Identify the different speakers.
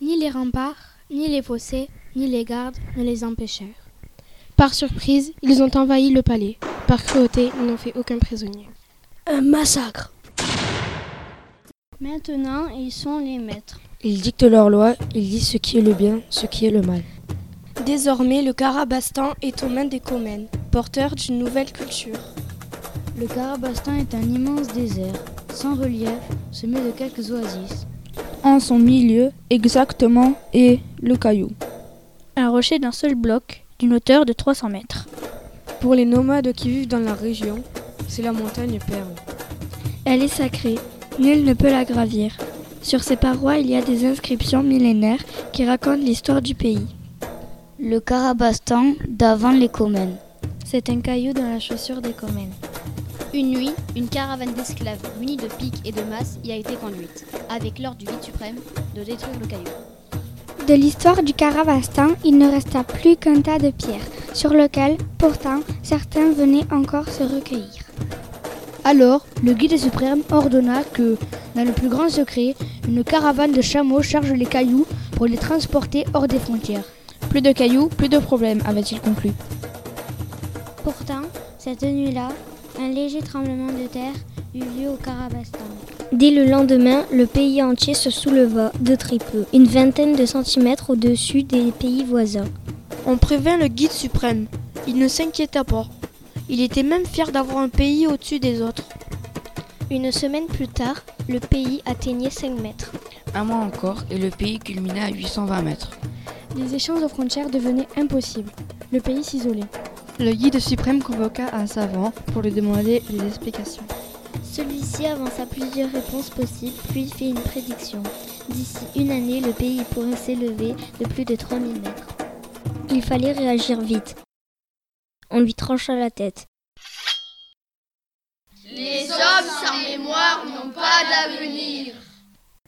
Speaker 1: Ni les remparts, ni les fossés, ni les gardes ne les empêchèrent. Par surprise, ils ont envahi le palais. Par cruauté, ils n'ont fait aucun prisonnier.
Speaker 2: Un massacre.
Speaker 3: Maintenant, ils sont les maîtres.
Speaker 4: Ils dictent leurs lois, ils disent ce qui est le bien, ce qui est le mal.
Speaker 5: Désormais, le Carabastan est aux mains des Comènes, porteurs d'une nouvelle culture.
Speaker 6: Le Carabastan est un immense désert, sans relief, semé de quelques oasis.
Speaker 7: En son milieu, exactement, est le caillou.
Speaker 8: Un rocher d'un seul bloc, d'une hauteur de 300 mètres.
Speaker 9: Pour les nomades qui vivent dans la région, c'est la montagne Perle.
Speaker 10: Elle est sacrée, nul ne peut la gravir. Sur ses parois, il y a des inscriptions millénaires qui racontent l'histoire du pays.
Speaker 11: Le Carabastan d'avant les Comènes.
Speaker 12: C'est un caillou dans la chaussure des Comènes.
Speaker 13: Une nuit, une caravane d'esclaves munis de piques et de masses y a été conduite, avec l'ordre du guide suprême de détruire le caillou.
Speaker 14: De l'histoire du Caravastan, il ne resta plus qu'un tas de pierres, sur lequel, pourtant, certains venaient encore se recueillir.
Speaker 6: Alors, le guide suprême ordonna que, dans le plus grand secret, une caravane de chameaux charge les cailloux pour les transporter hors des frontières.
Speaker 7: Plus de cailloux, plus de problèmes, avait-il conclu.
Speaker 15: Pourtant, cette nuit-là, un léger tremblement de terre eut lieu au Carabastan.
Speaker 16: Dès le lendemain, le pays entier se souleva de très peu, une vingtaine de centimètres au-dessus des pays voisins.
Speaker 5: On prévint le guide suprême. Il ne s'inquiéta pas. Il était même fier d'avoir un pays au-dessus des autres.
Speaker 15: Une semaine plus tard, le pays atteignait 5 mètres.
Speaker 17: Un mois encore et le pays culmina à 820 mètres.
Speaker 1: Les échanges aux frontières devenaient impossibles. Le pays s'isolait.
Speaker 18: Le guide suprême convoqua un savant pour lui demander des explications.
Speaker 15: Celui-ci avança plusieurs réponses possibles, puis fit une prédiction. D'ici une année, le pays pourrait s'élever de plus de 3000 mètres.
Speaker 16: Il fallait réagir vite. On lui trancha la tête.
Speaker 19: Les hommes sans mémoire n'ont pas d'avenir.